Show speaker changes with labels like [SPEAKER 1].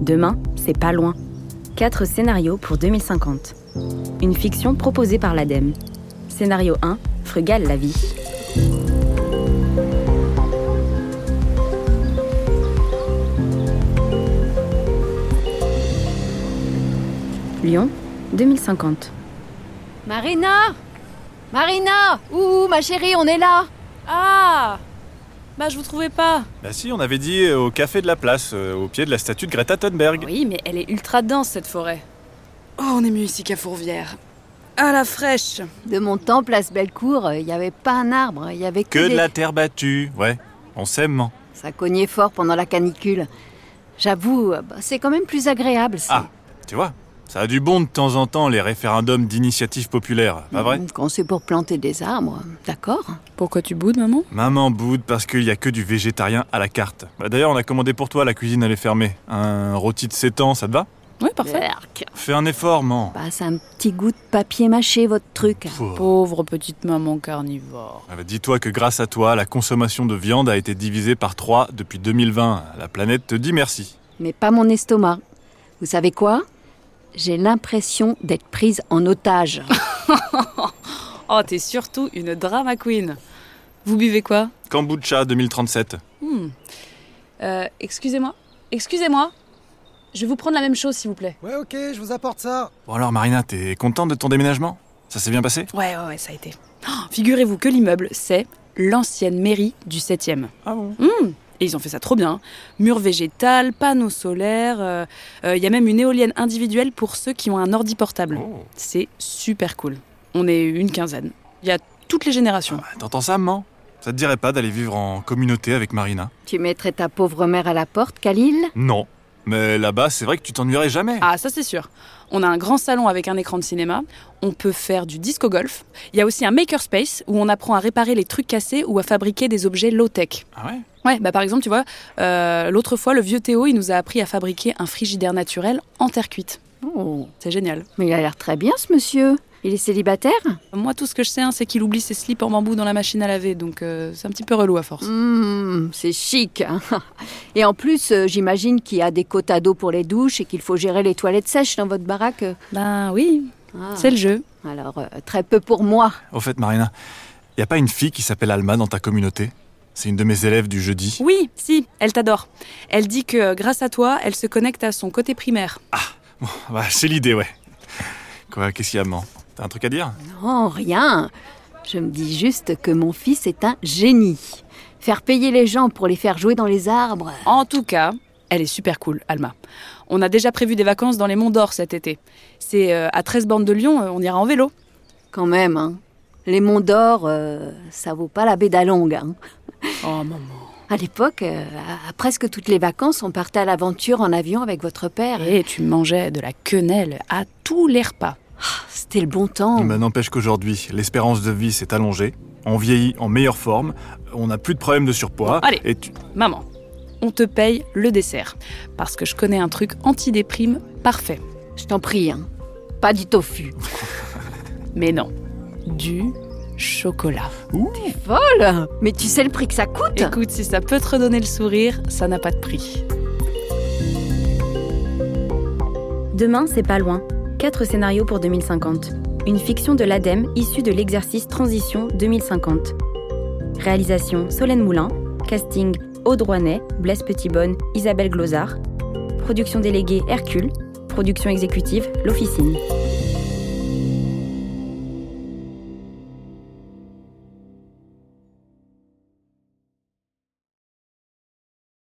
[SPEAKER 1] Demain, c'est pas loin. Quatre scénarios pour 2050. Une fiction proposée par l'ADEME. Scénario 1, Frugale la vie. Lyon, 2050.
[SPEAKER 2] Marina Marina Ouh, ma chérie, on est là Ah Bah, je vous trouvais pas.
[SPEAKER 3] Bah si, on avait dit euh, au café de la place, euh, au pied de la statue de Greta Thunberg.
[SPEAKER 2] Oui, mais elle est ultra dense, cette forêt.
[SPEAKER 4] Oh, on est mieux ici qu'à Fourvière. À Ah, la fraîche
[SPEAKER 5] De mon temps, place Bellecour, il n'y avait pas un arbre, il y avait que,
[SPEAKER 3] Que de
[SPEAKER 5] des-
[SPEAKER 3] la terre battue, ouais. On s'aime. hein.
[SPEAKER 5] Ça cognait fort pendant la canicule. J'avoue, euh, bah, c'est quand même plus agréable. c'est-
[SPEAKER 3] Ah, tu vois, ça a du bon de temps en temps les référendums d'initiative populaire, pas vrai
[SPEAKER 5] Quand c'est pour planter des arbres, d'accord
[SPEAKER 4] Pourquoi tu boudes, maman
[SPEAKER 3] Maman boude parce qu'il y a que du végétarien à la carte. Bah, D'ailleurs, on a commandé pour toi, la cuisine elle est fermée. Un rôti de 7 ans, ça te va
[SPEAKER 4] Ouais, parfait.
[SPEAKER 5] Berk.
[SPEAKER 3] Fais un effort, man.
[SPEAKER 5] Bah, c'est un petit goût de papier mâché, votre truc.
[SPEAKER 3] Pouah.
[SPEAKER 4] Pauvre petite maman carnivore.
[SPEAKER 3] Ah bah, Dis-toi que grâce à toi, la consommation de viande a été divisée par 3 depuis 2020. La planète te dit merci.
[SPEAKER 5] Mais pas mon estomac. Vous savez quoi J'ai l'impression d'être prise en otage.
[SPEAKER 2] Oh, t'es surtout une drama queen. Vous buvez quoi
[SPEAKER 3] Kombucha 2037.
[SPEAKER 2] Hmm. Euh, excusez-moi. Excusez-moi. Je vais vous prendre la même chose, s'il vous plaît.
[SPEAKER 6] Ouais, ok, je vous apporte ça.
[SPEAKER 3] Bon alors, Marina, t'es contente de ton déménagement Ça s'est bien passé
[SPEAKER 4] Ouais, ouais, ouais, ça a été. Oh, Figurez-vous que l'immeuble, c'est l'ancienne mairie du 7e.
[SPEAKER 3] Ah bon
[SPEAKER 4] Et ils ont fait ça trop bien. Murs végétal, panneaux solaires. euh, Il y a même une éolienne individuelle pour ceux qui ont un ordi portable.
[SPEAKER 3] Oh.
[SPEAKER 4] C'est super cool. On est une quinzaine. Il y a toutes les générations.
[SPEAKER 3] Bah, T'entends ça, man Ça te dirait pas d'aller vivre en communauté avec Marina
[SPEAKER 5] tu mettrais ta pauvre mère à la porte, Khalil
[SPEAKER 3] Non. Mais là-bas, c'est vrai que tu t'ennuierais jamais.
[SPEAKER 4] Ah, ça c'est sûr. On a un grand salon avec un écran de cinéma. On peut faire du disco golf. Il y a aussi un makerspace où on apprend à réparer les trucs cassés ou à fabriquer des objets low-tech.
[SPEAKER 3] Ah ouais
[SPEAKER 4] Ouais, bah par exemple, tu vois, euh, l'autre fois, le vieux Théo, il nous a appris à fabriquer un frigidaire naturel en terre cuite.
[SPEAKER 5] Oh,
[SPEAKER 4] C'est génial.
[SPEAKER 5] Mais il a l'air très bien, ce monsieur. Il est célibataire
[SPEAKER 4] Moi, tout ce que je sais, hein, c'est qu'il oublie ses slips en bambou dans la machine à laver, donc euh, c'est un petit peu relou à force.
[SPEAKER 5] Hmm, C'est chic. hein. Et en plus, euh, j'imagine qu'il y a des quotas d'eau pour les douches et qu'il faut gérer les toilettes sèches dans votre baraque.
[SPEAKER 4] Ben oui,
[SPEAKER 5] Ah,
[SPEAKER 4] c'est le jeu.
[SPEAKER 5] Alors, euh, très peu pour moi.
[SPEAKER 3] Au fait, Marina, y a pas une fille qui s'appelle Alma dans ta communauté C'est une de mes élèves du jeudi.
[SPEAKER 4] Oui, si, elle t'adore. Elle dit que euh, grâce à toi, elle se connecte à son côté primaire.
[SPEAKER 3] Bah, c'est l'idée, ouais. Quoi, qu'est-ce qu'il y a, man T'as un truc à dire
[SPEAKER 5] Non, Oh, rien. Je me dis juste que mon fils est un génie. Faire payer les gens pour les faire jouer dans les arbres.
[SPEAKER 4] En tout cas, elle est super cool, Alma. On a déjà prévu des vacances dans les Monts d'Or cet été. C'est euh, à 13 bornes de Lyon, euh, on ira en vélo.
[SPEAKER 5] Quand même, hein. Les monts d'or, euh, ça vaut pas la bédalongue. Hein.
[SPEAKER 4] Oh maman.
[SPEAKER 5] À l'époque, euh, à- à presque toutes les vacances, on partait à l'aventure en avion avec votre père.
[SPEAKER 4] Et tu mangeais de la quenelle à tous les repas.
[SPEAKER 5] C'était le bon temps.
[SPEAKER 3] Bah, N'empêche qu'aujourd'hui, l'espérance de vie s'est allongée, on vieillit en meilleure forme, on n'a plus de problème de surpoids.
[SPEAKER 4] Bon, allez.
[SPEAKER 3] Et tu...
[SPEAKER 4] Maman, on te paye le dessert. Parce que je connais un truc antidéprime parfait.
[SPEAKER 5] Je t'en prie, hein. Pas du tofu.
[SPEAKER 4] Mais non, du chocolat.
[SPEAKER 5] T'es folle Mais tu sais le prix que ça coûte
[SPEAKER 4] Écoute, si ça peut te redonner le sourire, ça n'a pas de prix.
[SPEAKER 1] Demain, c'est pas loin. Quatre scénarios pour 2050. Une fiction de l'ADEME issue de l'exercice Transition 2050. Réalisation Solène Moulin. Casting Aude Rouanet, Blaise Petitbonne, Isabelle Glosard. Production déléguée Hercule. Production exécutive L'Officine.